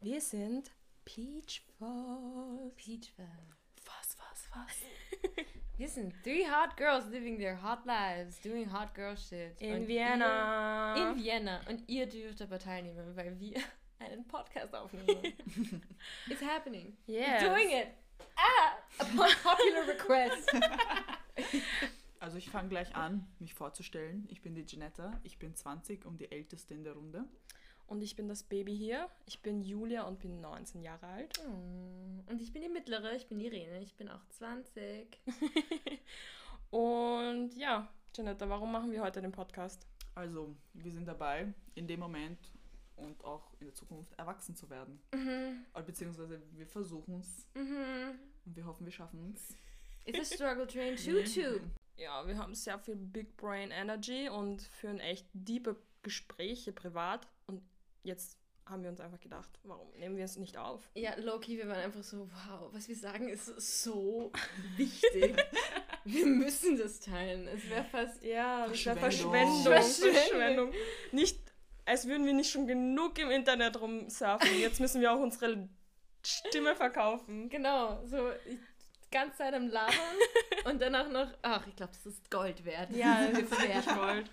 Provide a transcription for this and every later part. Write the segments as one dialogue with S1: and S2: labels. S1: wir sind Peachfall.
S2: Peachfall.
S1: Was, was, was?
S2: Wir sind three hot girls living their hot lives, doing hot girl shit.
S1: In
S2: Und
S1: Vienna.
S2: Ihr, in Vienna. Und ihr dürft aber teilnehmen, weil wir einen Podcast aufnehmen. It's happening.
S1: Yes.
S2: We're doing it. Ah! Upon popular request.
S3: Also ich fange gleich an, mich vorzustellen. Ich bin die Janetta, ich bin 20 und die Älteste in der Runde.
S1: Und ich bin das Baby hier. Ich bin Julia und bin 19 Jahre alt.
S2: Oh. Und ich bin die Mittlere, ich bin Irene, ich bin auch 20.
S1: Und ja, Janetta, warum machen wir heute den Podcast?
S3: Also wir sind dabei, in dem Moment und auch in der Zukunft erwachsen zu werden.
S2: Mhm.
S3: Oder Beziehungsweise wir versuchen es
S2: Mhm.
S3: und wir hoffen, wir schaffen es.
S2: It's a struggle train, choo choo.
S1: Ja, wir haben sehr viel Big Brain Energy und führen echt diepe Gespräche privat. Und jetzt haben wir uns einfach gedacht, warum nehmen wir es nicht auf?
S2: Ja, Loki, wir waren einfach so, wow, was wir sagen ist so wichtig. wir müssen das teilen. Es wäre fast.
S1: Ja, das wäre Verschwendung.
S3: Verschwendung.
S2: Verschwendung.
S1: Verschwendung. Nicht, als würden wir nicht schon genug im Internet rumsurfen. Jetzt müssen wir auch unsere Stimme verkaufen.
S2: Genau, so ich, die ganze Zeit am Labern und danach noch, ach, ich glaube, das ist Gold wert.
S1: Ja,
S2: das ist wert. Gold.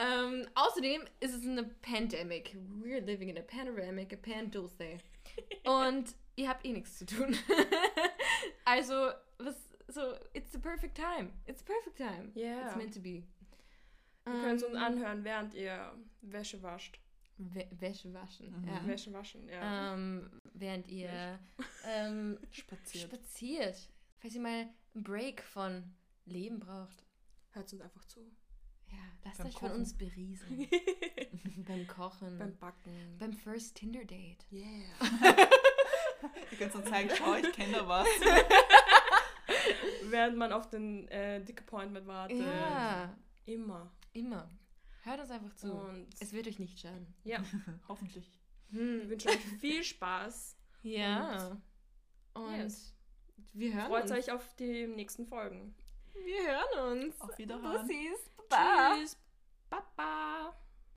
S2: Ähm, außerdem ist es eine Pandemic. We're living in a panoramic, a pandose. Und ihr habt eh nichts zu tun. also, was, so, it's the perfect time. It's the perfect time.
S1: Ja.
S2: It's meant to be.
S1: Ihr könnt es uns
S2: Ähm,
S1: anhören, während ihr Wäsche wascht.
S2: Wä Wäsche waschen.
S3: Mhm.
S2: Ja.
S1: Wäsche waschen, ja.
S2: Ähm, während ihr ähm,
S3: Spaziert.
S2: spaziert. Falls ihr mal einen Break von Leben braucht.
S1: Hört uns einfach zu.
S2: Ja, lasst
S3: Beim
S2: euch von
S3: Kochen.
S2: uns berieseln. beim Kochen.
S1: Beim
S2: Hm. Beim,
S1: Backen.
S2: First Tinder Date.
S1: Yeah.
S3: Ihr könnt uns zeigen, schau, ich kenne da was.
S1: Während man auf den äh, Dick Appointment wartet.
S2: Ja,
S1: Immer.
S2: immer. Hört uns einfach zu.
S1: Und
S2: es wird euch nicht schaden.
S1: ja,
S3: Hoffentlich.
S1: wir wünschen euch viel Spaß.
S2: Ja. Und,
S1: Yes.
S2: wir hören
S1: Freut
S2: uns.
S1: euch auf die nächsten Folgen.
S2: Wir hören uns.
S3: Auf Wiederhören.
S2: Bussis. Baba.
S1: Tschüss. Baba.